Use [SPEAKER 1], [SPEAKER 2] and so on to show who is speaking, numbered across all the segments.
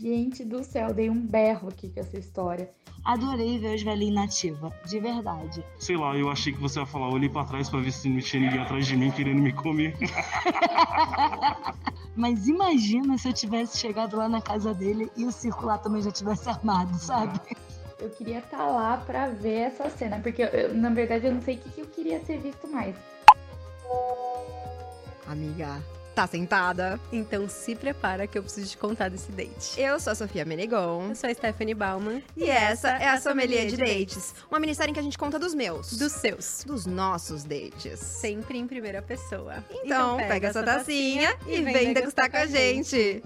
[SPEAKER 1] Gente do céu, dei um berro aqui com essa história.
[SPEAKER 2] Adorei ver os velhinhos nativa, de verdade.
[SPEAKER 3] Sei lá, eu achei que você ia falar, olhei pra trás pra ver se não tinha ninguém atrás de mim querendo me comer.
[SPEAKER 2] Mas imagina se eu tivesse chegado lá na casa dele e o circular também já tivesse armado, sabe?
[SPEAKER 1] Eu queria estar lá pra ver essa cena, porque eu- eu, na verdade eu não sei o que, que eu queria ser visto mais.
[SPEAKER 4] Amiga, tá sentada?
[SPEAKER 5] Então se prepara que eu preciso te contar desse date.
[SPEAKER 4] Eu sou a Sofia Menegon.
[SPEAKER 5] Eu sou a Stephanie Bauman,
[SPEAKER 4] E essa é a Sommelier de Dates. Uma minissérie em que a gente conta dos meus.
[SPEAKER 5] dos seus.
[SPEAKER 4] dos nossos dates.
[SPEAKER 5] Sempre em primeira pessoa.
[SPEAKER 4] Então, pega, sua tacinha e vem, degustar com a gente.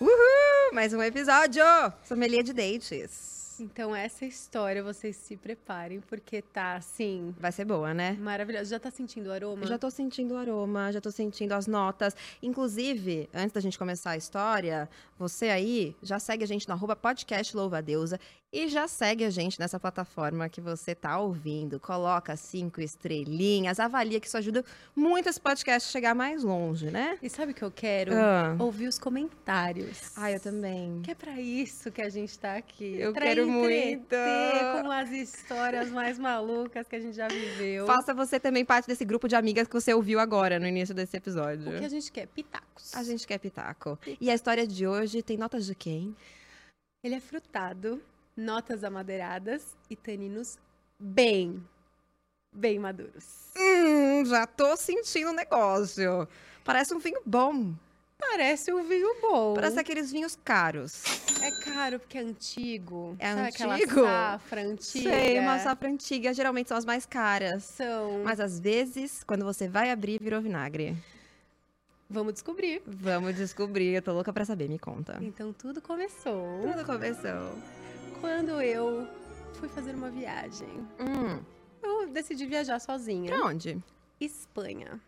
[SPEAKER 4] Uhul! Mais um episódio! Sommelier de Dates.
[SPEAKER 5] Então essa história, vocês se preparem, porque tá assim,
[SPEAKER 4] Vai ser boa, né?
[SPEAKER 5] maravilhosa. Já tá sentindo o aroma?
[SPEAKER 4] Eu já tô sentindo o aroma, já tô sentindo as notas. Inclusive, antes da gente começar a história, você aí já segue a gente no arroba podcast Louva a Deusa e já segue a gente nessa plataforma que você tá ouvindo. Coloca cinco estrelinhas, avalia que isso ajuda muito esse podcast a chegar mais longe, né?
[SPEAKER 5] E sabe o que eu quero? Ah,
[SPEAKER 4] Ah,
[SPEAKER 5] Ouvir os comentários.
[SPEAKER 4] eu também.
[SPEAKER 5] Que é pra isso que a gente tá aqui.
[SPEAKER 4] Eu
[SPEAKER 5] pra
[SPEAKER 4] quero muito.
[SPEAKER 5] entreter com as histórias mais malucas que a gente já viveu.
[SPEAKER 4] Faça você também parte desse grupo de amigas que você ouviu agora no início desse
[SPEAKER 5] O
[SPEAKER 4] episódio.
[SPEAKER 5] que a gente quer? Pitacos.
[SPEAKER 4] A gente quer pitaco. E a história de hoje tem notas de quem?
[SPEAKER 5] Ele é frutado, notas amadeiradas e taninos bem, bem maduros.
[SPEAKER 4] Hum, já tô sentindo um negócio. Parece um vinho bom.
[SPEAKER 5] Parece um vinho bom.
[SPEAKER 4] Parece aqueles vinhos caros.
[SPEAKER 5] É caro porque é antigo.
[SPEAKER 4] É
[SPEAKER 5] Sabe
[SPEAKER 4] antigo?
[SPEAKER 5] aquela safra antiga?
[SPEAKER 4] Sei, é uma safra antiga geralmente são as mais caras.
[SPEAKER 5] São.
[SPEAKER 4] Mas às vezes, quando você vai abrir, virou vinagre.
[SPEAKER 5] Vamos descobrir.
[SPEAKER 4] Vamos descobrir. Eu tô louca pra saber, me conta.
[SPEAKER 5] Então tudo começou
[SPEAKER 4] Tudo começou.
[SPEAKER 5] quando eu fui fazer uma viagem.
[SPEAKER 4] Hum,
[SPEAKER 5] Eu decidi viajar sozinha.
[SPEAKER 4] pra onde?
[SPEAKER 5] Espanha.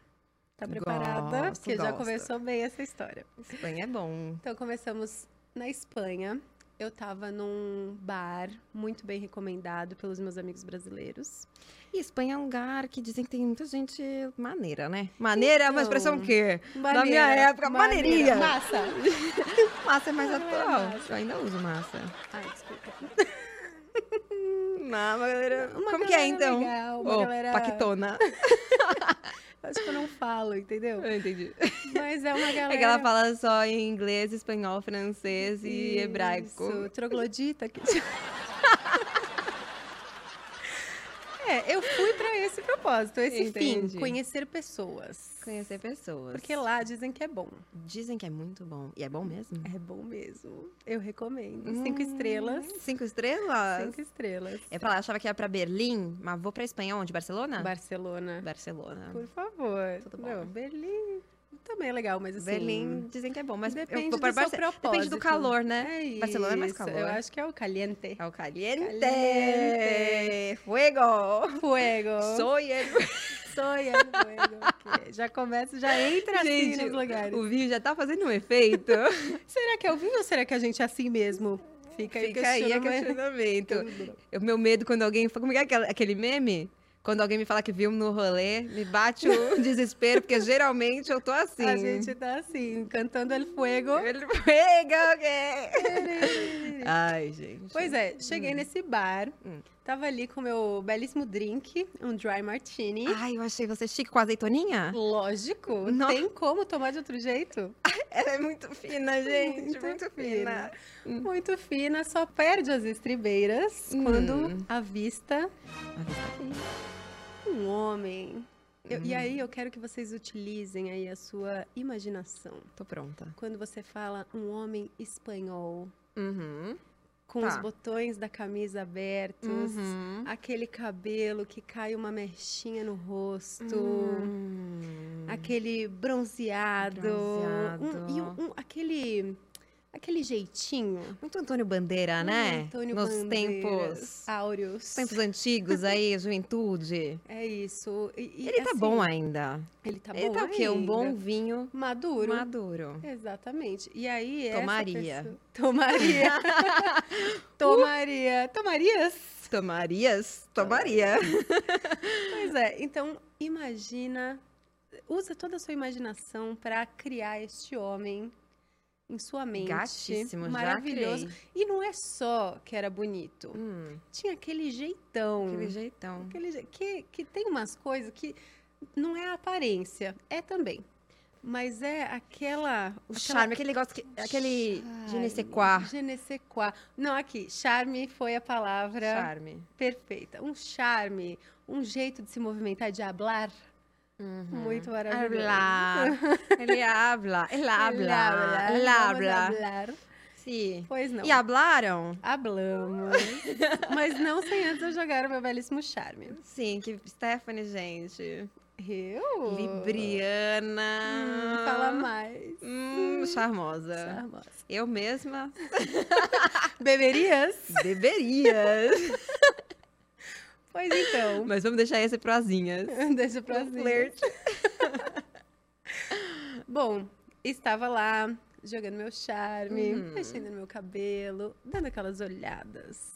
[SPEAKER 5] Tá preparada?
[SPEAKER 4] Gosto,
[SPEAKER 5] porque já
[SPEAKER 4] gosto.
[SPEAKER 5] começou bem essa história.
[SPEAKER 4] Espanha é bom.
[SPEAKER 5] Então começamos na Espanha. Eu tava num bar muito bem recomendado pelos meus amigos brasileiros.
[SPEAKER 4] E Espanha é um lugar que dizem que tem muita gente maneira, né? Maneira é uma
[SPEAKER 5] Então.
[SPEAKER 4] expressão que
[SPEAKER 5] Maneira,
[SPEAKER 4] minha época,
[SPEAKER 5] maneira,
[SPEAKER 4] maneirinha.
[SPEAKER 5] Massa!
[SPEAKER 4] massa é mais
[SPEAKER 5] Ah,
[SPEAKER 4] atual.
[SPEAKER 5] massa.
[SPEAKER 4] Eu ainda uso massa.
[SPEAKER 5] Ai, desculpa.
[SPEAKER 4] Não, galera.
[SPEAKER 5] Uma
[SPEAKER 4] Como que é
[SPEAKER 5] galera
[SPEAKER 4] então?
[SPEAKER 5] legal, uma
[SPEAKER 4] Ô,
[SPEAKER 5] galera-
[SPEAKER 4] Paquitona.
[SPEAKER 5] Acho que eu não falo, entendeu?
[SPEAKER 4] Eu entendi.
[SPEAKER 5] Mas é uma galera...
[SPEAKER 4] É que ela fala só em inglês, espanhol, francês
[SPEAKER 5] assim,
[SPEAKER 4] e hebraico.
[SPEAKER 5] Isso, troglodita. que- é, eu fui pra esse propósito, esse
[SPEAKER 4] Entendi.
[SPEAKER 5] fim. Conhecer pessoas.
[SPEAKER 4] Conhecer pessoas.
[SPEAKER 5] Porque lá dizem que é bom.
[SPEAKER 4] Dizem que é muito bom. E é bom mesmo?
[SPEAKER 5] É bom mesmo. Eu recomendo. Cinco
[SPEAKER 4] Hum,
[SPEAKER 5] estrelas.
[SPEAKER 4] Cinco estrelas?
[SPEAKER 5] Cinco estrelas.
[SPEAKER 4] É pra lá, eu achava que ia pra Berlim, mas vou pra Espanha onde? Barcelona?
[SPEAKER 5] Barcelona.
[SPEAKER 4] Barcelona.
[SPEAKER 5] Por favor.
[SPEAKER 4] Tudo bom.
[SPEAKER 5] Não, Berlim também é legal, mas assim...
[SPEAKER 4] Berlim dizem que é bom, mas eu
[SPEAKER 5] depende
[SPEAKER 4] vou pra
[SPEAKER 5] do seu
[SPEAKER 4] Barcelona. Depende do
[SPEAKER 5] propósito.
[SPEAKER 4] calor, né?
[SPEAKER 5] É
[SPEAKER 4] Barcelona é mais
[SPEAKER 5] isso,
[SPEAKER 4] calor.
[SPEAKER 5] Eu acho que é o caliente.
[SPEAKER 4] É o caliente!
[SPEAKER 5] Caliente.
[SPEAKER 4] Fuego!
[SPEAKER 5] Fuego.
[SPEAKER 4] Sou eu!
[SPEAKER 5] Sonha fuego. ok. Já começa, já entra
[SPEAKER 4] Gente,
[SPEAKER 5] assim nos lugares.
[SPEAKER 4] O vinho já tá fazendo um efeito.
[SPEAKER 5] Será que é o vinho ou será que a gente é assim mesmo? Fica aí o
[SPEAKER 4] Fica aí é a
[SPEAKER 5] questionamento.
[SPEAKER 4] questionamento. O meu medo quando alguém. Como é aquela- aquele meme? Quando alguém me fala que viu no rolê, me bate o desespero, porque geralmente eu tô assim.
[SPEAKER 5] A gente tá assim, cantando el fuego.
[SPEAKER 4] Ele pega alguém. Ai, gente.
[SPEAKER 5] Pois é, cheguei nesse bar,
[SPEAKER 4] Hum.
[SPEAKER 5] tava ali com meu belíssimo drink, um dry martini.
[SPEAKER 4] Ai, eu achei você chique com azeitoninha?
[SPEAKER 5] Lógico,
[SPEAKER 4] Nossa.
[SPEAKER 5] tem como tomar de outro jeito?
[SPEAKER 4] Ela é muito fina, gente. Muito, fina.
[SPEAKER 5] Muito fina, só perde as estribeiras
[SPEAKER 4] Hum.
[SPEAKER 5] quando avista um homem. Eu- E
[SPEAKER 4] Hum.
[SPEAKER 5] aí eu quero que vocês utilizem aí a sua imaginação.
[SPEAKER 4] Tô pronta.
[SPEAKER 5] Quando você fala um homem espanhol,
[SPEAKER 4] Uhum.
[SPEAKER 5] com
[SPEAKER 4] Tá.
[SPEAKER 5] os botões da camisa abertos,
[SPEAKER 4] Uhum.
[SPEAKER 5] aquele cabelo que cai uma mechinha no rosto,
[SPEAKER 4] Hum.
[SPEAKER 5] aquele bronzeado, um- e
[SPEAKER 4] Bronzeado.
[SPEAKER 5] um- um- aquele aquele jeitinho,
[SPEAKER 4] Muito Ah, Antônio Bandeira, né?
[SPEAKER 5] Um Antônio
[SPEAKER 4] Nos
[SPEAKER 5] Bandeiras,
[SPEAKER 4] tempos.
[SPEAKER 5] áureos.
[SPEAKER 4] Tempos antigos aí, juventude.
[SPEAKER 5] É isso. E- e
[SPEAKER 4] Ele tá
[SPEAKER 5] assim,
[SPEAKER 4] bom ainda.
[SPEAKER 5] Ele tá
[SPEAKER 4] Ele
[SPEAKER 5] bom.
[SPEAKER 4] tá o quê? Um bom
[SPEAKER 5] ainda.
[SPEAKER 4] vinho
[SPEAKER 5] maduro.
[SPEAKER 4] maduro.
[SPEAKER 5] Exatamente. E aí essa
[SPEAKER 4] Tomaria.
[SPEAKER 5] pessoa- Tomaria. Tomaria. Tomarias?
[SPEAKER 4] Tomarias? Tomaria.
[SPEAKER 5] Pois é, então imagina usa toda a sua imaginação para criar este homem em sua mente.
[SPEAKER 4] Gatíssimo, já
[SPEAKER 5] maravilhoso.
[SPEAKER 4] criei.
[SPEAKER 5] E não é só que era bonito.
[SPEAKER 4] Hum,
[SPEAKER 5] Tinha aquele jeitão.
[SPEAKER 4] aquele jeitão.
[SPEAKER 5] Aquele je- que, que tem umas coisas que não é a aparência, é também. Mas é aquela.
[SPEAKER 4] O
[SPEAKER 5] aquela-
[SPEAKER 4] charme, aquele negócio que. Aquele. Je ne sais
[SPEAKER 5] Charme,
[SPEAKER 4] quoi.
[SPEAKER 5] je ne sais quoi. Não, aqui, charme foi a palavra
[SPEAKER 4] Charme.
[SPEAKER 5] perfeita. Um charme, um jeito de se movimentar, de hablar, muito maravilhoso.
[SPEAKER 4] Uhum. Habla. Ele habla. Ele habla. Ele
[SPEAKER 5] vamos
[SPEAKER 4] habla.
[SPEAKER 5] hablar.
[SPEAKER 4] Sim.
[SPEAKER 5] Pois não.
[SPEAKER 4] E hablaram?
[SPEAKER 5] Hablamos. Mas não sem antes eu jogar o meu belíssimo charme.
[SPEAKER 4] Sim, que Stephanie, gente.
[SPEAKER 5] Eu?
[SPEAKER 4] Libriana.
[SPEAKER 5] Hum, fala mais.
[SPEAKER 4] Hum, charmosa.
[SPEAKER 5] Charmosa.
[SPEAKER 4] Eu mesma
[SPEAKER 5] Beberias?
[SPEAKER 4] deveria.
[SPEAKER 5] Pois então. Um
[SPEAKER 4] Mas vamos deixar esse prozinhas.
[SPEAKER 5] Deixa pra cima. Bom, estava lá, jogando meu charme,
[SPEAKER 4] Hum.
[SPEAKER 5] mexendo no meu cabelo, dando aquelas olhadas.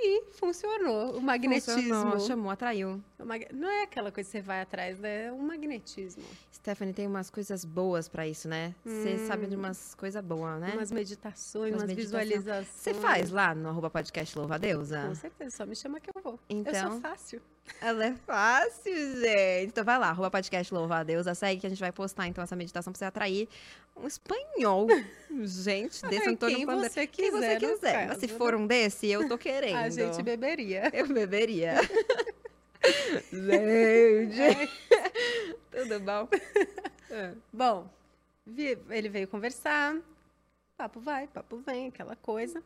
[SPEAKER 5] E funcionou. O magnetismo.
[SPEAKER 4] Funcionou, chamou, atraiu.
[SPEAKER 5] O mag- Não é aquela coisa que você vai atrás, né? É um magnetismo.
[SPEAKER 4] Stephanie tem umas coisas boas pra isso, né? Você
[SPEAKER 5] Hum.
[SPEAKER 4] sabe de umas coisas boas, né?
[SPEAKER 5] Umas meditações,
[SPEAKER 4] Umas
[SPEAKER 5] umas,
[SPEAKER 4] meditação.
[SPEAKER 5] visualizações.
[SPEAKER 4] Você faz lá no arroba podcast Louva a
[SPEAKER 5] Com
[SPEAKER 4] Deusa?
[SPEAKER 5] certeza, só me chama que eu vou. Eu
[SPEAKER 4] Então.
[SPEAKER 5] sou fácil.
[SPEAKER 4] Ela é fácil, gente. Então vai lá, arroba podcast Louva a Deusa. Segue que a gente vai postar então essa meditação pra você atrair um espanhol. gente, desse
[SPEAKER 5] Ai,
[SPEAKER 4] Antônio
[SPEAKER 5] Ah, quem
[SPEAKER 4] Bandeira.
[SPEAKER 5] você
[SPEAKER 4] Quem
[SPEAKER 5] quiser.
[SPEAKER 4] você
[SPEAKER 5] no
[SPEAKER 4] quiser. Mas se
[SPEAKER 5] caso,
[SPEAKER 4] for um desse, eu tô querendo.
[SPEAKER 5] A gente beberia.
[SPEAKER 4] Eu beberia. gente. Tudo bom?
[SPEAKER 5] Bom, vi- ele veio conversar, papo vai, papo vem, aquela coisa.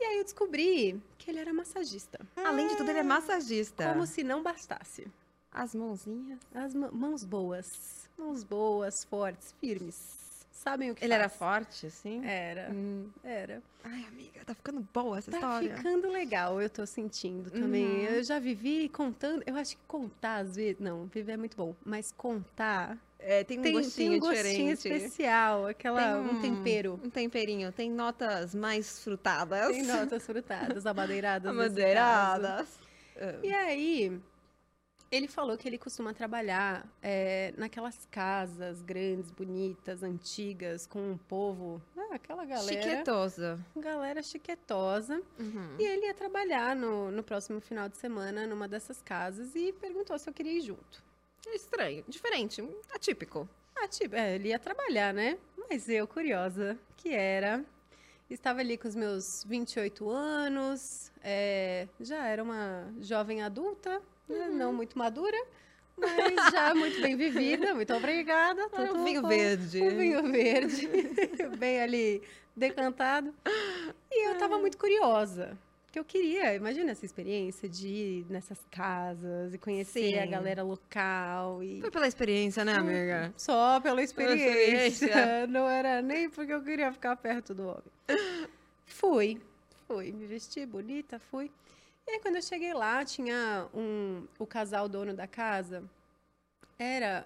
[SPEAKER 5] E aí eu descobri que ele era massagista.
[SPEAKER 4] Além de tudo, ele é massagista.
[SPEAKER 5] Como se não bastasse.
[SPEAKER 4] As mãozinhas.
[SPEAKER 5] As ma- mãos boas. Mãos boas, fortes, firmes. Sabem o que
[SPEAKER 4] Ele era
[SPEAKER 5] faz.
[SPEAKER 4] forte, assim?
[SPEAKER 5] Era,
[SPEAKER 4] Hum.
[SPEAKER 5] era.
[SPEAKER 4] Ai, amiga, tá ficando boa essa
[SPEAKER 5] Tá
[SPEAKER 4] história.
[SPEAKER 5] ficando legal, eu tô sentindo também.
[SPEAKER 4] Uhum.
[SPEAKER 5] Eu já vivi contando. Eu acho que contar, às vezes. Não, viver é muito bom. Mas contar.
[SPEAKER 4] É, tem um
[SPEAKER 5] tem, tem
[SPEAKER 4] gostinho
[SPEAKER 5] um gostinho
[SPEAKER 4] diferente.
[SPEAKER 5] especial, aquela,
[SPEAKER 4] Tem
[SPEAKER 5] um tempero.
[SPEAKER 4] Um temperinho, tem notas mais frutadas.
[SPEAKER 5] Tem notas frutadas, amadeiradas. nesse caso.
[SPEAKER 4] Amadeiradas.
[SPEAKER 5] E aí, ele falou que ele costuma trabalhar é, naquelas casas grandes, bonitas, antigas, com um povo, né, aquela galera,
[SPEAKER 4] Chiquetosa.
[SPEAKER 5] galera chiquetosa.
[SPEAKER 4] Uhum.
[SPEAKER 5] E ele ia trabalhar no, no próximo final de semana numa dessas casas e perguntou se eu queria ir junto.
[SPEAKER 4] é Estranho, diferente, atípico.
[SPEAKER 5] Ah, tipo, é, ele ia trabalhar, né? Mas eu, curiosa, que era. Estava ali com os meus 28 anos, é, já era uma jovem adulta, né, não muito madura, mas já muito bem vivida, muito obrigada.
[SPEAKER 4] Ah,
[SPEAKER 5] tudo
[SPEAKER 4] um vinho
[SPEAKER 5] bom.
[SPEAKER 4] verde.
[SPEAKER 5] Um vinho verde, bem ali decantado. E eu estava muito curiosa, porque eu queria, imagina essa experiência de ir nessas casas e conhecer a
[SPEAKER 4] Sim.
[SPEAKER 5] galera local e
[SPEAKER 4] Foi pela experiência, né, amiga?
[SPEAKER 5] só pela experiência.
[SPEAKER 4] experiência.
[SPEAKER 5] Não era nem porque eu queria ficar perto do homem. Fui, fui, me vesti bonita, fui. E aí, quando eu cheguei lá, tinha um, o casal dono da casa. Era.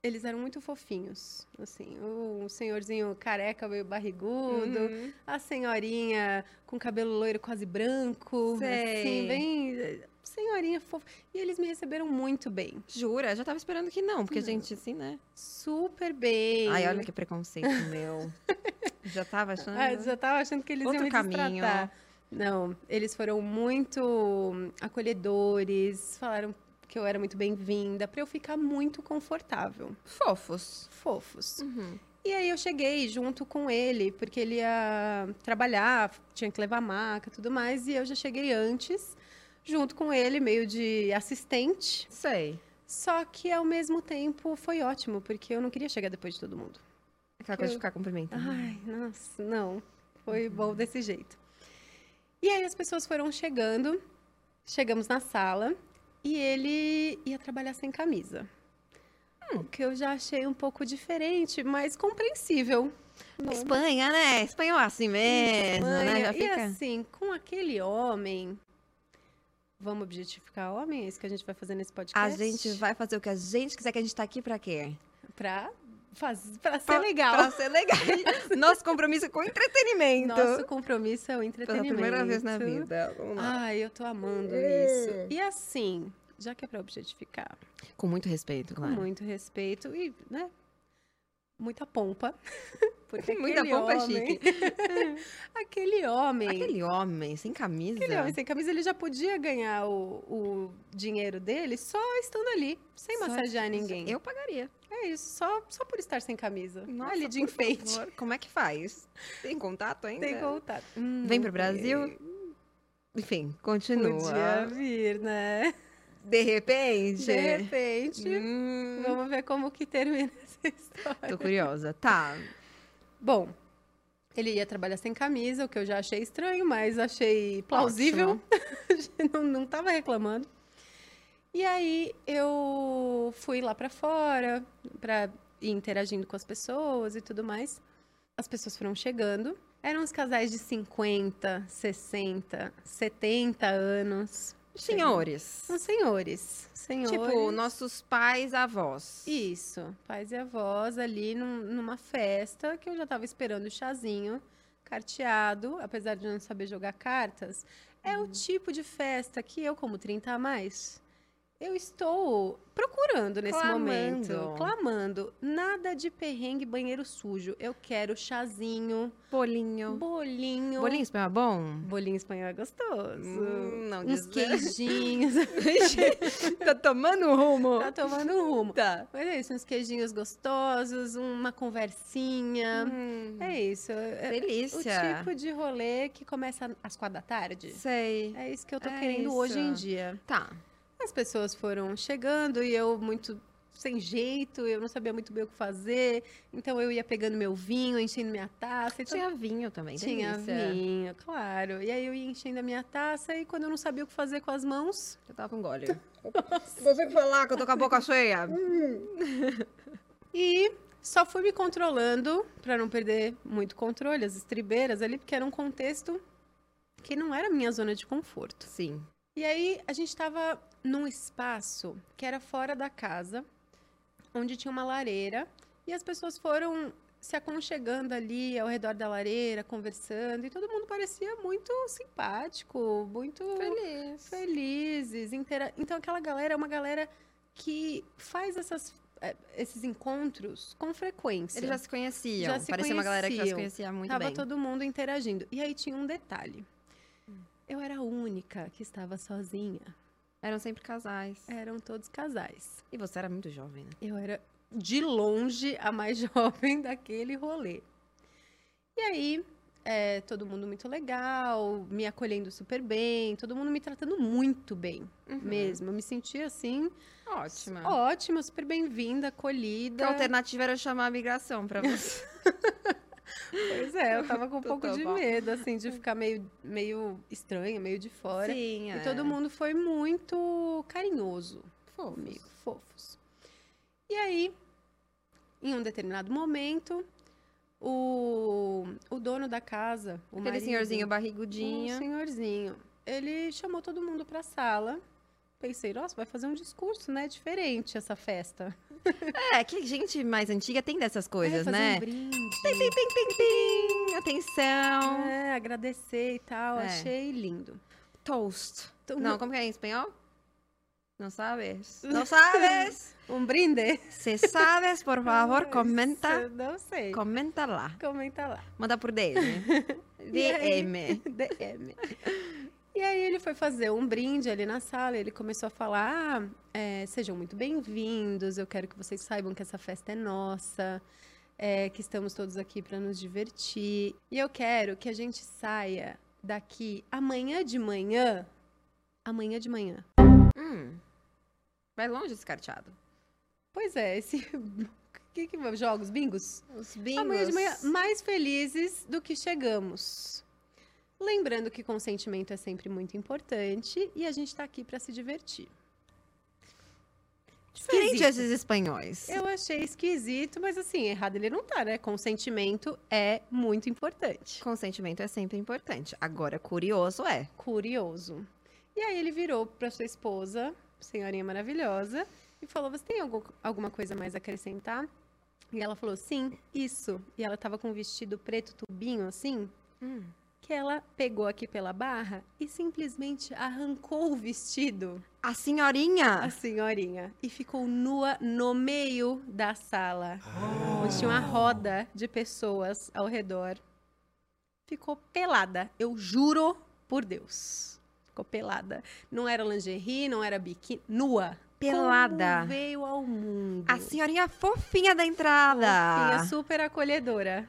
[SPEAKER 5] Eles eram muito fofinhos. Assim, um senhorzinho careca, meio barrigudo.
[SPEAKER 4] Uhum.
[SPEAKER 5] A senhorinha com cabelo loiro quase branco.
[SPEAKER 4] Sei.
[SPEAKER 5] Assim, bem. Senhorinha fofa. E eles me receberam muito bem.
[SPEAKER 4] Jura? Já tava esperando que não, porque, gente, assim, né?
[SPEAKER 5] Super bem.
[SPEAKER 4] Ai, olha que preconceito meu. Já tava achando.
[SPEAKER 5] Ah, eu já tava achando que eles
[SPEAKER 4] Outro
[SPEAKER 5] iam me
[SPEAKER 4] caminho.
[SPEAKER 5] destratar. Não, eles foram muito acolhedores, falaram que eu era muito bem-vinda, pra eu ficar muito confortável.
[SPEAKER 4] Fofos.
[SPEAKER 5] Fofos.
[SPEAKER 4] Uhum.
[SPEAKER 5] E aí eu cheguei junto com ele, porque ele ia trabalhar, tinha que levar maca e tudo mais, e eu já cheguei antes, junto com ele, meio de assistente.
[SPEAKER 4] Sei.
[SPEAKER 5] Só que ao mesmo tempo foi ótimo, porque eu não queria chegar depois de todo mundo.
[SPEAKER 4] Aquela coisa de ficar cumprimentando.
[SPEAKER 5] Ai, nossa, não. Foi bom desse jeito. E aí as pessoas foram chegando, chegamos na sala e ele ia trabalhar sem camisa. O que eu já achei um pouco diferente, mas compreensível.
[SPEAKER 4] Espanha, né? Espanhol é assim mesmo, né? Já
[SPEAKER 5] Olha, E
[SPEAKER 4] fica.
[SPEAKER 5] assim, com aquele homem. Vamos objetificar homem? É isso que a gente vai fazer nesse
[SPEAKER 4] A
[SPEAKER 5] podcast?
[SPEAKER 4] gente vai fazer o que a gente quiser, que a gente tá aqui pra quê?
[SPEAKER 5] Pra, faz, pra ser legal.
[SPEAKER 4] Pra ser legal. Nosso compromisso é com entretenimento.
[SPEAKER 5] Nosso compromisso é o
[SPEAKER 4] então, Pela
[SPEAKER 5] entretenimento.
[SPEAKER 4] primeira vez na vida. Vamos lá.
[SPEAKER 5] É. Ai, eu tô amando isso. E assim, já que é pra objetificar,
[SPEAKER 4] Com muito respeito,
[SPEAKER 5] com
[SPEAKER 4] claro.
[SPEAKER 5] muito respeito e, né? Muita pompa. Porque
[SPEAKER 4] Muita
[SPEAKER 5] aquele
[SPEAKER 4] pompa é
[SPEAKER 5] homem-
[SPEAKER 4] chique.
[SPEAKER 5] aquele homem.
[SPEAKER 4] Aquele homem sem camisa.
[SPEAKER 5] Aquele homem sem camisa, ele já podia ganhar o, o dinheiro dele só estando ali, sem
[SPEAKER 4] Só-
[SPEAKER 5] massagear ninguém.
[SPEAKER 4] Eu pagaria.
[SPEAKER 5] É isso, só, só por estar sem camisa.
[SPEAKER 4] Nossa,
[SPEAKER 5] ali de
[SPEAKER 4] por
[SPEAKER 5] enfeite.
[SPEAKER 4] favor, Como é que faz? Tem contato ainda?
[SPEAKER 5] Tem contato. Hum,
[SPEAKER 4] Vem
[SPEAKER 5] não
[SPEAKER 4] pro Brasil? Enfim, continua.
[SPEAKER 5] Podia vir, né?
[SPEAKER 4] De repente.
[SPEAKER 5] De repente,
[SPEAKER 4] Hum,
[SPEAKER 5] vamos ver como que termina essa história.
[SPEAKER 4] tô curiosa. Tá.
[SPEAKER 5] Bom, ele ia trabalhar sem camisa, o que eu já achei estranho, mas achei plausível. não, não tava reclamando. E aí eu fui lá pra fora pra ir interagindo com as pessoas e tudo mais. As pessoas foram chegando. Eram uns casais de 50, 60, 70 anos.
[SPEAKER 4] Senhores.
[SPEAKER 5] Uns senhores. Senhores.
[SPEAKER 4] Tipo, nossos pais, avós.
[SPEAKER 5] Isso, pais e avós ali num- numa festa que eu já tava esperando o chazinho carteado, apesar de eu não saber jogar cartas. É o tipo de festa que eu, como 30 a mais, eu estou procurando nesse momento.
[SPEAKER 4] Clamando.
[SPEAKER 5] Clamando. Nada de perrengue, banheiro sujo. Eu quero chazinho,
[SPEAKER 4] bolinho.
[SPEAKER 5] bolinho.
[SPEAKER 4] Bolinho espanhol é bom?
[SPEAKER 5] Bolinho espanhol é gostoso.
[SPEAKER 4] Hum, não diz
[SPEAKER 5] Uns queijinhos.
[SPEAKER 4] Tá tomando rumo.
[SPEAKER 5] Tá tomando rumo.
[SPEAKER 4] Tá.
[SPEAKER 5] Mas é isso, uns queijinhos gostosos, uma conversinha.
[SPEAKER 4] Hum,
[SPEAKER 5] É isso. É o
[SPEAKER 4] delícia.
[SPEAKER 5] tipo de rolê que começa às quatro da tarde.
[SPEAKER 4] Sei.
[SPEAKER 5] É isso que eu tô
[SPEAKER 4] É
[SPEAKER 5] querendo hoje em
[SPEAKER 4] isso.
[SPEAKER 5] dia.
[SPEAKER 4] Tá.
[SPEAKER 5] As pessoas foram chegando e eu muito sem jeito, eu não sabia muito bem o que fazer. Então eu ia pegando meu vinho, enchendo minha taça. E todo-
[SPEAKER 4] Tinha vinho também,
[SPEAKER 5] tinha
[SPEAKER 4] delícia.
[SPEAKER 5] vinho, claro. E aí eu ia enchendo a minha taça e quando eu não sabia o que fazer com as mãos,
[SPEAKER 4] Eu tava com gole. Você que falar que eu tô com a boca cheia.
[SPEAKER 5] E só fui me controlando para não perder muito controle, as estribeiras ali, porque era um contexto que não era minha zona de conforto.
[SPEAKER 4] Sim.
[SPEAKER 5] E aí a gente estava num espaço que era fora da casa, onde tinha uma lareira e as pessoas foram se aconchegando ali ao redor da lareira, conversando, e todo mundo parecia muito simpático, muito
[SPEAKER 4] Feliz.
[SPEAKER 5] felizes. intera- Então, aquela galera é uma galera que faz essas, eh, esses encontros com frequência.
[SPEAKER 4] Eles já se conheciam.
[SPEAKER 5] Já se
[SPEAKER 4] Parecia uma galera que já se
[SPEAKER 5] conheciam.
[SPEAKER 4] conhecia muito
[SPEAKER 5] Tava
[SPEAKER 4] bem.
[SPEAKER 5] todo mundo interagindo. E aí tinha um detalhe. Eu era a única que estava sozinha.
[SPEAKER 4] Eram sempre casais.
[SPEAKER 5] Eram todos casais.
[SPEAKER 4] É. E você era muito jovem, né?
[SPEAKER 5] Eu era, de longe, a mais jovem daquele rolê. E aí, eh, todo mundo muito legal, me acolhendo super bem, todo mundo me tratando muito bem mesmo. Eu me sentia assim,
[SPEAKER 4] Ótima.
[SPEAKER 5] Ótima, super bem-vinda,
[SPEAKER 4] A
[SPEAKER 5] acolhida.
[SPEAKER 4] alternativa era chamar a migração pra você.
[SPEAKER 5] Pois é, eu tava com um
[SPEAKER 4] Tá
[SPEAKER 5] pouco de
[SPEAKER 4] bom.
[SPEAKER 5] medo, assim, de ficar meio, meio estranha, meio de fora.
[SPEAKER 4] Sim, é.
[SPEAKER 5] E todo mundo foi muito carinhoso comigo, fofos. E aí, em um determinado momento, o, o dono da casa, o
[SPEAKER 4] Aquele
[SPEAKER 5] marido,
[SPEAKER 4] senhorzinho
[SPEAKER 5] Um
[SPEAKER 4] barrigudinho.
[SPEAKER 5] senhorzinho. Ele chamou todo mundo pra sala. Pensei, nossa, vai fazer um discurso, né? Diferente essa festa.
[SPEAKER 4] É, que gente mais antiga tem dessas
[SPEAKER 5] É,
[SPEAKER 4] coisas,
[SPEAKER 5] fazer
[SPEAKER 4] né?
[SPEAKER 5] Um brinde.
[SPEAKER 4] Pim, pim, pim. Atenção.
[SPEAKER 5] É, agradecer e tal,
[SPEAKER 4] É.
[SPEAKER 5] achei lindo.
[SPEAKER 4] Toast.
[SPEAKER 5] Então,
[SPEAKER 4] Não, como que é em espanhol? Não sabes? Não sabes?
[SPEAKER 5] um brinde?
[SPEAKER 4] Se sabes, por favor,
[SPEAKER 5] Ai,
[SPEAKER 4] comenta.
[SPEAKER 5] se- Não sei.
[SPEAKER 4] Comenta lá.
[SPEAKER 5] Comenta lá.
[SPEAKER 4] Manda por DM.
[SPEAKER 5] aí?
[SPEAKER 4] DM.
[SPEAKER 5] DM. E aí ele foi fazer um brinde ali na sala, e ele começou a falar, ah, é, sejam muito bem-vindos, eu quero que vocês saibam que essa festa é nossa, é, que estamos todos aqui para nos divertir, e eu quero que a gente saia daqui amanhã de manhã, amanhã de manhã.
[SPEAKER 4] Hum. Vai longe esse carteado.
[SPEAKER 5] Pois é, esse... que que jogos? Bingos?
[SPEAKER 4] Os bingos.
[SPEAKER 5] Amanhã de manhã, mais felizes do que chegamos. Lembrando que consentimento é sempre muito importante e a gente tá aqui para se divertir.
[SPEAKER 4] Diferente
[SPEAKER 5] Esquisito.
[SPEAKER 4] esses espanhóis.
[SPEAKER 5] Eu achei esquisito, mas assim, errado ele não tá, né? Consentimento é muito importante.
[SPEAKER 4] Consentimento é sempre importante. Agora, curioso é.
[SPEAKER 5] Curioso. E aí ele virou pra sua esposa, senhorinha maravilhosa, e falou: Você tem algum- alguma coisa mais a acrescentar? E ela falou: Sim, isso. E ela tava com um vestido preto tubinho assim. que ela pegou aqui pela barra e simplesmente arrancou o vestido,
[SPEAKER 4] A senhorinha!
[SPEAKER 5] a senhorinha, e ficou nua no meio da sala, onde tinha uma roda de pessoas ao redor. Ficou pelada, eu juro por Deus. Ficou pelada. Não era lingerie, não era biquíni, nua.
[SPEAKER 4] Pelada.
[SPEAKER 5] Como veio ao mundo.
[SPEAKER 4] A senhorinha fofinha da entrada!
[SPEAKER 5] Fofinha, super acolhedora.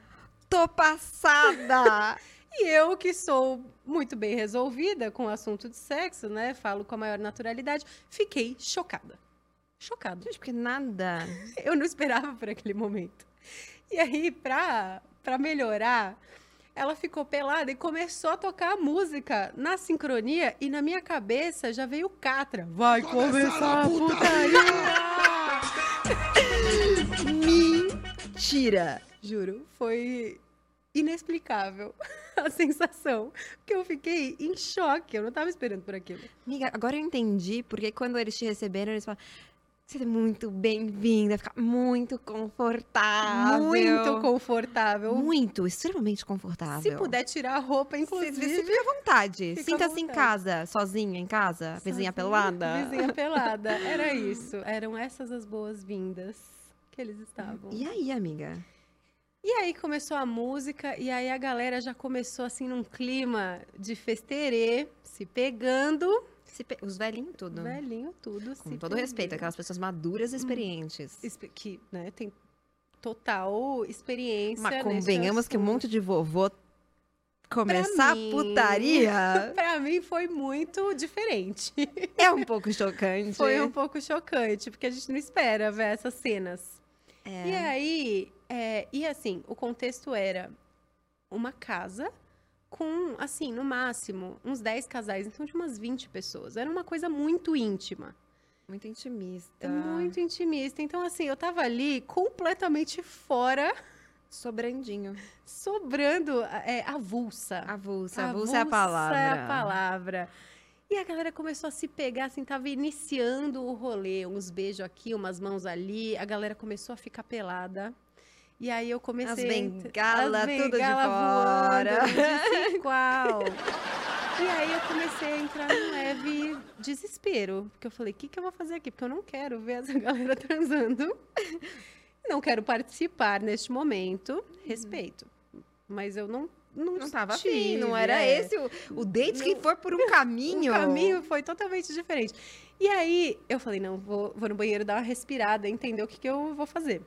[SPEAKER 4] Tô passada!
[SPEAKER 5] E eu, que sou muito bem resolvida com o assunto de sexo, né? Falo com a maior naturalidade, fiquei chocada. Chocada.
[SPEAKER 4] Gente, porque nada.
[SPEAKER 5] Eu não esperava por aquele momento. E aí, pra, pra melhorar, ela ficou pelada e começou a tocar a música na sincronia. E na minha cabeça já veio o Catra. Vai começar a putaria!
[SPEAKER 4] Mentira!
[SPEAKER 5] Juro, foi inexplicável a sensação. Porque eu fiquei em choque, eu não tava esperando por aquilo.
[SPEAKER 4] Amiga, agora eu entendi porque quando eles te receberam, eles falaram. Você é muito bem-vinda, fica muito confortável.
[SPEAKER 5] Muito confortável.
[SPEAKER 4] Muito, extremamente confortável.
[SPEAKER 5] Se puder tirar a roupa,
[SPEAKER 4] Se,
[SPEAKER 5] inclusive.
[SPEAKER 4] se fica à vontade.
[SPEAKER 5] Fica à
[SPEAKER 4] Sinta-se em
[SPEAKER 5] vontade.
[SPEAKER 4] casa, sozinha em casa, vizinha pelada.
[SPEAKER 5] Vizinha pelada. Era isso. Eram essas as boas-vindas que eles estavam.
[SPEAKER 4] E aí, amiga?
[SPEAKER 5] E aí começou a música, e aí a galera já começou assim num clima de festerê, se pegando.
[SPEAKER 4] Se pe- Os velhinhos tudo.
[SPEAKER 5] Velhinho tudo.
[SPEAKER 4] Com
[SPEAKER 5] se
[SPEAKER 4] todo respeito,
[SPEAKER 5] pegando.
[SPEAKER 4] aquelas pessoas maduras e
[SPEAKER 5] Hum.
[SPEAKER 4] experientes.
[SPEAKER 5] Espe- Que né, tem total experiência.
[SPEAKER 4] Mas
[SPEAKER 5] nesse
[SPEAKER 4] convenhamos que um
[SPEAKER 5] assunto.
[SPEAKER 4] monte de vovô começar a
[SPEAKER 5] mim.
[SPEAKER 4] putaria
[SPEAKER 5] Pra mim foi muito diferente.
[SPEAKER 4] é um pouco chocante.
[SPEAKER 5] Foi um pouco chocante, porque a gente não espera ver essas cenas. E aí, é, e assim, o contexto era uma casa com, assim, no máximo, uns 10 casais, então de umas 20 pessoas. Era uma coisa muito íntima,
[SPEAKER 4] Muito intimista.
[SPEAKER 5] muito intimista. Então, assim, eu tava ali completamente fora,
[SPEAKER 4] Sobrandinho.
[SPEAKER 5] sobrando é, avulsa.
[SPEAKER 4] Avulsa.
[SPEAKER 5] Avulsa
[SPEAKER 4] Avulsa é a palavra.
[SPEAKER 5] é a palavra. E a galera começou a se pegar, assim, tava iniciando o rolê. Uns beijos aqui, umas mãos ali. A galera começou a ficar pelada. E aí eu comecei...
[SPEAKER 4] As
[SPEAKER 5] a ent-
[SPEAKER 4] bengala,
[SPEAKER 5] as
[SPEAKER 4] tudo de
[SPEAKER 5] bengala
[SPEAKER 4] fora.
[SPEAKER 5] voando, disse qual. E aí eu comecei a entrar num leve desespero. Porque eu falei, o que, que eu vou fazer aqui? Porque eu não quero ver essa galera transando. Não quero participar neste momento. Respeito. Mas eu não... Não,
[SPEAKER 4] Uhum. Não tava afim, não
[SPEAKER 5] tive,
[SPEAKER 4] era
[SPEAKER 5] é.
[SPEAKER 4] esse o, o date que
[SPEAKER 5] Não.
[SPEAKER 4] for por um caminho.
[SPEAKER 5] O caminho foi totalmente diferente. E aí, eu falei, não, vou, vou no banheiro dar uma respirada, entender o que, que eu vou fazer.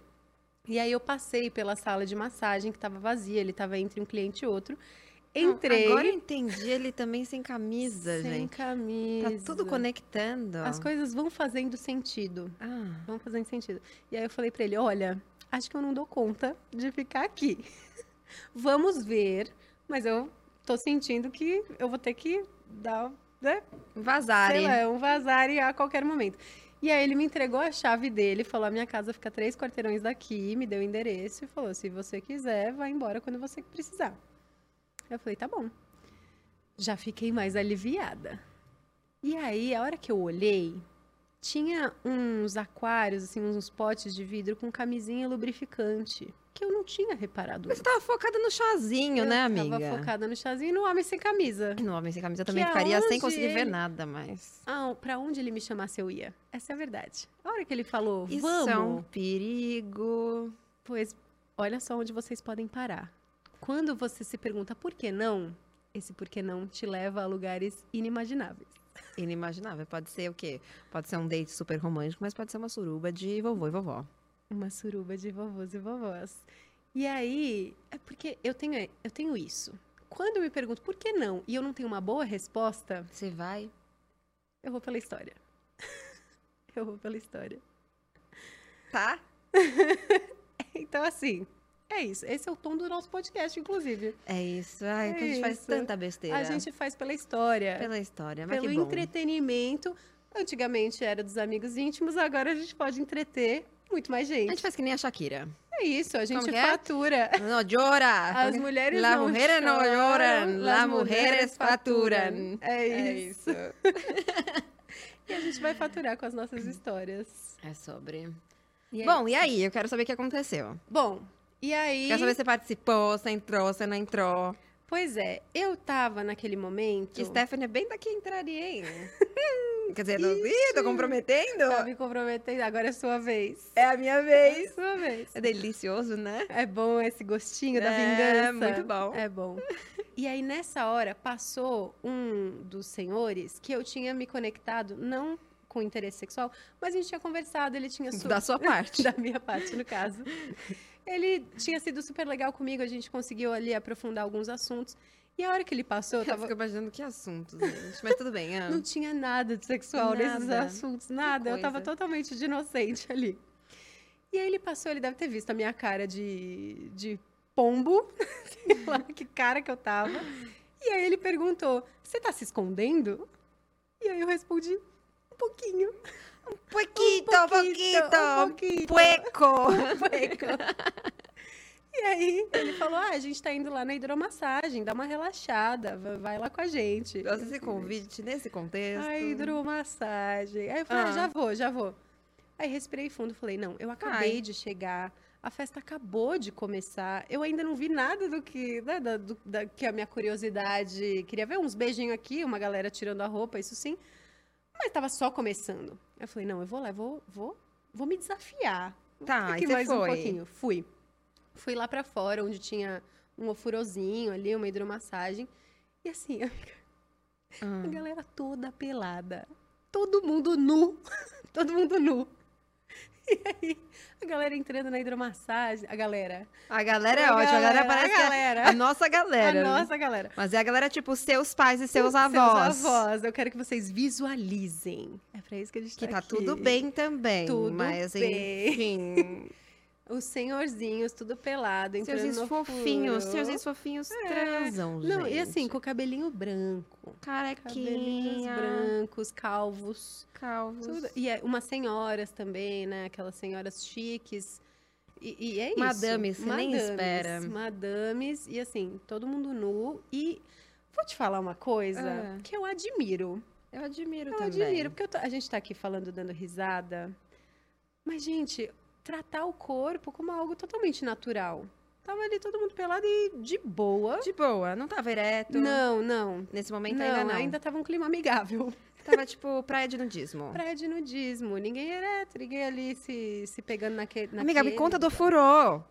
[SPEAKER 5] E aí, eu passei pela sala de massagem, que estava vazia, ele estava entre um cliente e outro.
[SPEAKER 4] Não,
[SPEAKER 5] Entrei,
[SPEAKER 4] Agora eu entendi ele também sem camisa,
[SPEAKER 5] sem
[SPEAKER 4] gente.
[SPEAKER 5] camisa.
[SPEAKER 4] Tá tudo conectando.
[SPEAKER 5] As coisas vão fazendo sentido,
[SPEAKER 4] Ah,
[SPEAKER 5] vão fazendo sentido. E aí, eu falei pra ele, olha, acho que eu não dou conta de ficar aqui. Vamos ver, mas eu tô sentindo que eu vou ter que dar, né,
[SPEAKER 4] vazare.
[SPEAKER 5] Sei lá, é um vazare a qualquer momento. E aí ele me entregou a chave dele, falou: a minha casa fica três quarteirões daqui, me deu o endereço e falou: se você quiser, vai embora quando você precisar. Eu falei, tá bom. Já fiquei mais aliviada. E aí, a hora que eu olhei, tinha uns aquários, assim, uns potes de vidro com camisinha lubrificante. Que eu não tinha reparado.
[SPEAKER 4] Mas você tava focada no chazinho,
[SPEAKER 5] eu
[SPEAKER 4] né,
[SPEAKER 5] Tava
[SPEAKER 4] amiga?
[SPEAKER 5] focada no chazinho e no homem sem camisa.
[SPEAKER 4] E No homem sem camisa eu também
[SPEAKER 5] Que
[SPEAKER 4] ficaria sem
[SPEAKER 5] aonde
[SPEAKER 4] conseguir ver
[SPEAKER 5] ele-
[SPEAKER 4] nada, mas.
[SPEAKER 5] Ah, pra onde ele me chamasse eu ia. Essa é a verdade. A hora que ele falou,
[SPEAKER 4] Isso é um
[SPEAKER 5] vamos,
[SPEAKER 4] perigo.
[SPEAKER 5] pois olha só onde vocês podem parar. Quando você se pergunta por que não, esse por que não te leva a lugares inimagináveis.
[SPEAKER 4] Inimaginável. Pode ser o quê? Pode ser um date super romântico, mas pode ser uma suruba de vovô e vovó.
[SPEAKER 5] Uma suruba de vovôs e vovós. E aí, é porque eu tenho, eu tenho isso. Quando eu me pergunto por que não e eu não tenho uma boa resposta,
[SPEAKER 4] Você vai.
[SPEAKER 5] eu vou pela história. eu vou pela história.
[SPEAKER 4] Tá?
[SPEAKER 5] Então, assim, é isso. Esse é o tom do nosso podcast, inclusive.
[SPEAKER 4] É isso. Ai,
[SPEAKER 5] É
[SPEAKER 4] que a gente faz
[SPEAKER 5] isso.
[SPEAKER 4] tanta besteira.
[SPEAKER 5] A gente faz pela história,
[SPEAKER 4] Pela história, mas
[SPEAKER 5] pelo
[SPEAKER 4] que bom.
[SPEAKER 5] entretenimento. Antigamente era dos amigos íntimos, agora a gente pode entreter muito mais
[SPEAKER 4] A
[SPEAKER 5] gente.
[SPEAKER 4] gente faz que nem a Shakira.
[SPEAKER 5] É isso, a gente
[SPEAKER 4] que é?
[SPEAKER 5] fatura.
[SPEAKER 4] Não chora!
[SPEAKER 5] As mulheres
[SPEAKER 4] Las
[SPEAKER 5] não
[SPEAKER 4] mujeres não
[SPEAKER 5] choram,
[SPEAKER 4] lloran,
[SPEAKER 5] las
[SPEAKER 4] las mujeres faturam.
[SPEAKER 5] É
[SPEAKER 4] É
[SPEAKER 5] isso. E a gente vai faturar com as nossas histórias.
[SPEAKER 4] É sobre.
[SPEAKER 5] E é
[SPEAKER 4] Bom, e aí? Eu quero saber o que aconteceu.
[SPEAKER 5] bom, e aí...
[SPEAKER 4] Quero saber se você participou, se entrou, se não entrou.
[SPEAKER 5] Pois é, eu tava naquele momento.
[SPEAKER 4] Que Stephanie é bem daqui entraria, hein? Quer dizer, não, ih, tô comprometendo.
[SPEAKER 5] Tá me comprometendo, agora é sua vez.
[SPEAKER 4] É a minha
[SPEAKER 5] É
[SPEAKER 4] vez.
[SPEAKER 5] sua vez.
[SPEAKER 4] É delicioso, né?
[SPEAKER 5] É bom esse gostinho da
[SPEAKER 4] É,
[SPEAKER 5] vingança.
[SPEAKER 4] muito bom.
[SPEAKER 5] É bom. E aí, nessa hora, passou um dos senhores que eu tinha me conectado, não com interesse sexual, mas a gente tinha conversado, ele tinha... su-
[SPEAKER 4] Da sua parte.
[SPEAKER 5] da minha parte, no caso. Ele tinha sido super legal comigo, a gente conseguiu ali aprofundar alguns assuntos. E a hora que ele passou, eu
[SPEAKER 4] Eu
[SPEAKER 5] tava... Um
[SPEAKER 4] fico imaginando que assuntos, gente. Mas tudo bem, ah.
[SPEAKER 5] Não tinha nada de sexual nesses
[SPEAKER 4] Nada.
[SPEAKER 5] assuntos, nada. Eu tava
[SPEAKER 4] coisa.
[SPEAKER 5] totalmente de inocente ali. E aí ele passou, ele deve ter visto a minha cara de, de pombo, sei lá que cara que eu tava. E aí ele perguntou: Você tá se escondendo? E aí eu respondi: Um pouquinho.
[SPEAKER 4] Pouquito,
[SPEAKER 5] um
[SPEAKER 4] pouquito.
[SPEAKER 5] pouquinho.
[SPEAKER 4] Pueco.
[SPEAKER 5] E aí ele falou: Ah, a gente tá indo lá na hidromassagem, dá uma relaxada, va- vai lá com a gente.
[SPEAKER 4] Nossa, esse convite, nesse contexto.
[SPEAKER 5] Ai, hidromassagem. Aí eu falei,
[SPEAKER 4] Ah.
[SPEAKER 5] ah, já vou, já vou. Aí respirei fundo, falei, não, eu acabei
[SPEAKER 4] Ai.
[SPEAKER 5] de chegar, a festa acabou de começar, eu ainda não vi nada do que, né, da, do- da- que a minha curiosidade queria ver, uns beijinhos aqui, uma galera tirando a roupa, isso sim, mas tava só começando. Aí eu falei, não, eu vou lá, vou, vou, vou me desafiar.
[SPEAKER 4] Tá,
[SPEAKER 5] Aqui
[SPEAKER 4] e você
[SPEAKER 5] mais um
[SPEAKER 4] foi.
[SPEAKER 5] pouquinho. Fui. Fui lá pra fora, onde tinha um ofurozinho ali, uma hidromassagem. E assim, a
[SPEAKER 4] Ah.
[SPEAKER 5] galera toda pelada. Todo mundo nu. Todo mundo nu. E aí, a galera entrando na hidromassagem. A galera.
[SPEAKER 4] A galera é ótima, a galera parece que é
[SPEAKER 5] galera.
[SPEAKER 4] a nossa galera.
[SPEAKER 5] A
[SPEAKER 4] né?
[SPEAKER 5] nossa galera.
[SPEAKER 4] Mas é a galera, tipo, seus pais e seus avós.
[SPEAKER 5] Seus avós. Eu quero que vocês visualizem. É pra isso que a gente
[SPEAKER 4] Que
[SPEAKER 5] tá
[SPEAKER 4] tá
[SPEAKER 5] aqui.
[SPEAKER 4] tudo bem também.
[SPEAKER 5] Tudo
[SPEAKER 4] mas,
[SPEAKER 5] bem.
[SPEAKER 4] enfim.
[SPEAKER 5] Os senhorzinhos, tudo pelado, entrando
[SPEAKER 4] Seus
[SPEAKER 5] no
[SPEAKER 4] fofinhos,
[SPEAKER 5] furo. É.
[SPEAKER 4] seus fofinhos transam, gente.
[SPEAKER 5] Não, e assim, com o cabelinho branco. Cabelinhos
[SPEAKER 4] carequinha,
[SPEAKER 5] brancos, calvos.
[SPEAKER 4] calvos.
[SPEAKER 5] Tudo. E é, umas senhoras também, né? Aquelas senhoras chiques. E, e é isso.
[SPEAKER 4] Madames, você nem espera.
[SPEAKER 5] Madames, e assim, todo mundo nu. E vou te falar uma coisa
[SPEAKER 4] Ah.
[SPEAKER 5] que eu admiro.
[SPEAKER 4] Eu admiro
[SPEAKER 5] Eu
[SPEAKER 4] também.
[SPEAKER 5] admiro, porque eu tô- a gente tá aqui falando, dando risada. Mas, gente, tratar o corpo como algo totalmente natural. Tava ali todo mundo pelado e de boa.
[SPEAKER 4] De boa, não tava ereto.
[SPEAKER 5] Não, não.
[SPEAKER 4] Nesse momento tá
[SPEAKER 5] não,
[SPEAKER 4] ainda não.
[SPEAKER 5] ainda tava um clima amigável.
[SPEAKER 4] Tava, tipo, praia de nudismo.
[SPEAKER 5] Praia de nudismo. Ninguém ereto, ninguém ali se, se pegando naque- naquele.
[SPEAKER 4] Amiga, me conta do furô.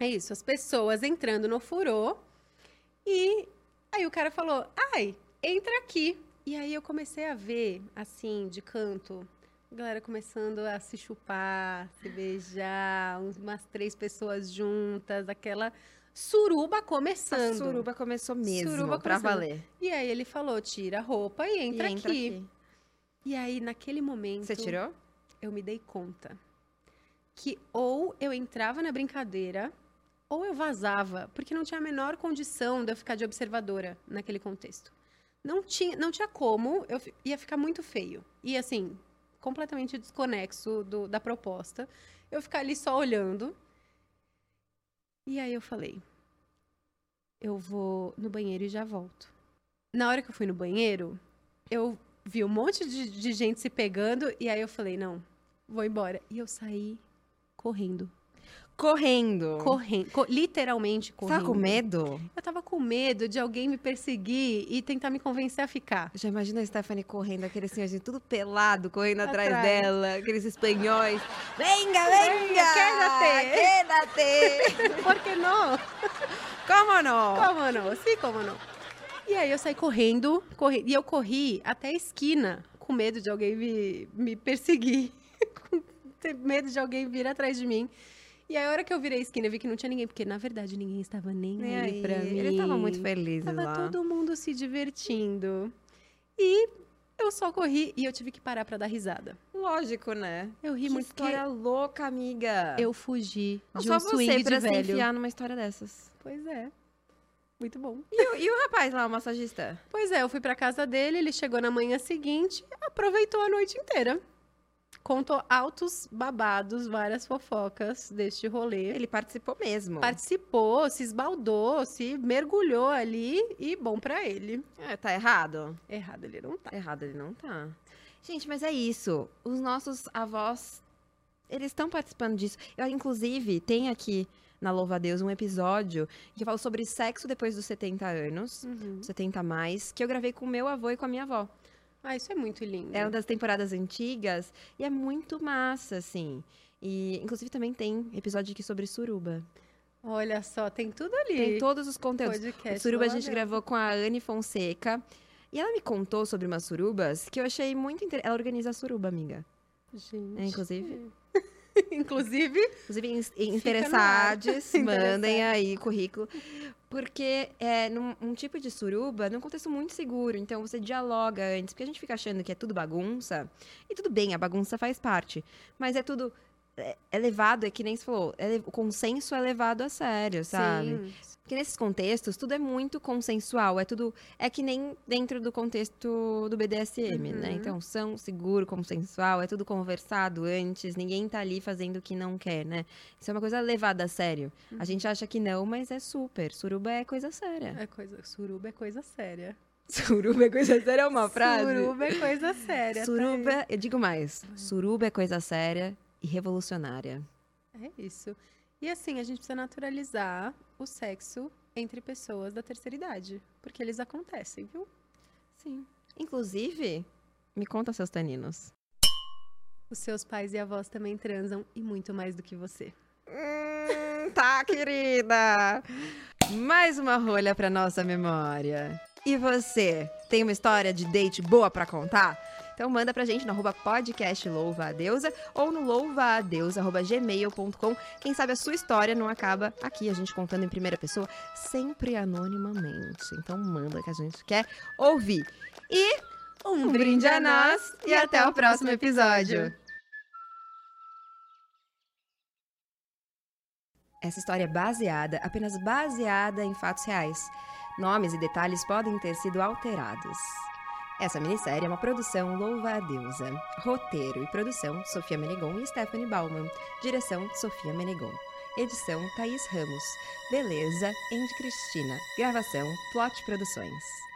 [SPEAKER 5] É isso, as pessoas entrando no furô. E aí o cara falou: ai, entra aqui. E aí eu comecei a ver, assim, de canto, a galera começando a se chupar, se beijar, uns- umas três pessoas juntas, aquela suruba
[SPEAKER 4] A
[SPEAKER 5] começando.
[SPEAKER 4] suruba começou mesmo,
[SPEAKER 5] Suruba
[SPEAKER 4] pra
[SPEAKER 5] começando.
[SPEAKER 4] valer.
[SPEAKER 5] E aí ele falou: tira a roupa e entra,
[SPEAKER 4] E
[SPEAKER 5] aqui. E aí, naquele momento.
[SPEAKER 4] Você tirou?
[SPEAKER 5] eu me dei conta que ou eu entrava na brincadeira ou eu vazava, porque não tinha a menor condição de eu ficar de observadora naquele contexto. Não tinha, não tinha como, eu fi- ia ficar muito feio. E assim, completamente desconexo do- da proposta. Eu ficar ali só olhando. E aí eu falei: eu vou no banheiro e já volto. Na hora que eu fui no banheiro, eu vi um monte de, de gente se pegando e aí eu falei: não, vou embora. E eu saí correndo.
[SPEAKER 4] Correndo.
[SPEAKER 5] Correndo, co- literalmente
[SPEAKER 4] Você
[SPEAKER 5] correndo.
[SPEAKER 4] Tava com medo?
[SPEAKER 5] Eu tava com medo de alguém me perseguir e tentar me convencer a ficar.
[SPEAKER 4] Já imagina a Stephanie correndo, aquele senhorzinho tudo pelado, correndo atrás,
[SPEAKER 5] Atrás.
[SPEAKER 4] dela, aqueles espanhóis. Venga, venga!
[SPEAKER 5] quédate.
[SPEAKER 4] Quédate!
[SPEAKER 5] Por que não?
[SPEAKER 4] Como não?
[SPEAKER 5] Como não? Sim, como não? E aí eu saí correndo, corre... e eu corri até a esquina com medo de alguém me, me perseguir. com ter medo de alguém vir atrás de mim. E aí a hora que eu virei a esquina, eu vi que não tinha ninguém, porque na verdade ninguém estava nem,
[SPEAKER 4] Nem
[SPEAKER 5] aí,
[SPEAKER 4] aí.
[SPEAKER 5] pra mim.
[SPEAKER 4] Ele tava muito feliz
[SPEAKER 5] Tava
[SPEAKER 4] lá.
[SPEAKER 5] todo mundo se divertindo. E eu só corri e eu tive que parar pra dar risada.
[SPEAKER 4] Lógico, né?
[SPEAKER 5] Eu ri
[SPEAKER 4] Que
[SPEAKER 5] muito porque
[SPEAKER 4] história louca, amiga.
[SPEAKER 5] eu fugi
[SPEAKER 4] não
[SPEAKER 5] de
[SPEAKER 4] só
[SPEAKER 5] um swing
[SPEAKER 4] você pra
[SPEAKER 5] de
[SPEAKER 4] se
[SPEAKER 5] velho.
[SPEAKER 4] enfiar numa história dessas.
[SPEAKER 5] Pois é. Muito bom.
[SPEAKER 4] E, o- e o rapaz lá, o massagista?
[SPEAKER 5] Pois é, eu fui pra casa dele, ele chegou na manhã seguinte, aproveitou a noite inteira. Contou altos babados, várias fofocas deste rolê.
[SPEAKER 4] Ele é participou mesmo.
[SPEAKER 5] Participou, se esbaldou, se mergulhou ali e bom pra ele.
[SPEAKER 4] É, tá errado?
[SPEAKER 5] Errado ele não tá.
[SPEAKER 4] Errado ele não tá. Gente, mas é isso. Os nossos avós eles estão participando disso. Eu, inclusive, tem aqui na Louva a Deus um episódio que fala sobre sexo depois dos 70 anos,
[SPEAKER 5] Uhum.
[SPEAKER 4] 70 a mais, que eu gravei com meu avô e com a minha avó.
[SPEAKER 5] Ah, isso é muito lindo.
[SPEAKER 4] É uma das temporadas antigas e é muito massa, assim. E, inclusive, também tem episódio aqui sobre suruba.
[SPEAKER 5] Olha só, tem tudo ali.
[SPEAKER 4] Tem todos os conteúdos.
[SPEAKER 5] podcast.
[SPEAKER 4] O suruba a
[SPEAKER 5] lá né?
[SPEAKER 4] gente
[SPEAKER 5] dentro.
[SPEAKER 4] gravou com a Anne Fonseca. E ela me contou sobre umas surubas que eu achei muito interessante. Ela organiza a suruba, amiga.
[SPEAKER 5] Gente.
[SPEAKER 4] É, inclusive.
[SPEAKER 5] Inclusive,
[SPEAKER 4] Inclusive, in-
[SPEAKER 5] no ar.
[SPEAKER 4] interessados, mandem
[SPEAKER 5] Interessante.
[SPEAKER 4] aí currículo. Porque é num, um tipo de suruba, num contexto muito seguro. Então, você dialoga antes. Porque a gente fica achando que é tudo bagunça. E tudo bem, a bagunça faz parte. Mas é tudo... É, é levado, é que nem você falou. é le- o consenso é levado a sério, sabe?
[SPEAKER 5] sim.
[SPEAKER 4] Porque nesses contextos, tudo é muito consensual, é tudo. É que nem dentro do contexto do BDSM, né?
[SPEAKER 5] Uhum.
[SPEAKER 4] Então, são seguro, consensual, é tudo conversado antes, ninguém tá ali fazendo o que não quer, né? Isso é uma coisa levada a sério.
[SPEAKER 5] Uhum.
[SPEAKER 4] A gente acha que não, mas é super. Suruba é coisa séria.
[SPEAKER 5] É coisa, suruba é coisa séria.
[SPEAKER 4] Suruba é coisa séria é uma
[SPEAKER 5] Suruba é coisa séria. tá
[SPEAKER 4] Suruba, eu digo mais. Suruba é coisa séria e revolucionária.
[SPEAKER 5] aí. É isso. E assim, a gente precisa naturalizar o sexo entre pessoas da terceira idade. Porque eles acontecem, viu?
[SPEAKER 4] Sim. Inclusive, me conta seus taninos.
[SPEAKER 5] Os seus pais e avós também transam e muito mais do que você.
[SPEAKER 4] Hum, tá, querida. Mais uma rolha pra nossa memória. E você, tem uma história de date boa pra contar? Então manda pra gente no arroba podcast Louva a Deusa ou no louvaadeusa.gmail.com. Quem sabe a sua história não acaba aqui, a gente contando em primeira pessoa, sempre anonimamente. Então manda que a gente quer ouvir. E um, brinde, a nós e até o próximo episódio. Essa história é baseada, apenas baseada em fatos reais. Nomes e detalhes podem ter sido alterados. Essa minissérie é uma produção Louva a Deusa. Roteiro e produção, Sofia Menegon e Stephanie Bauman. Direção, Sofia Menegon. Edição, Thaís Ramos. Beleza, Andy Cristina. Gravação, Plot Produções.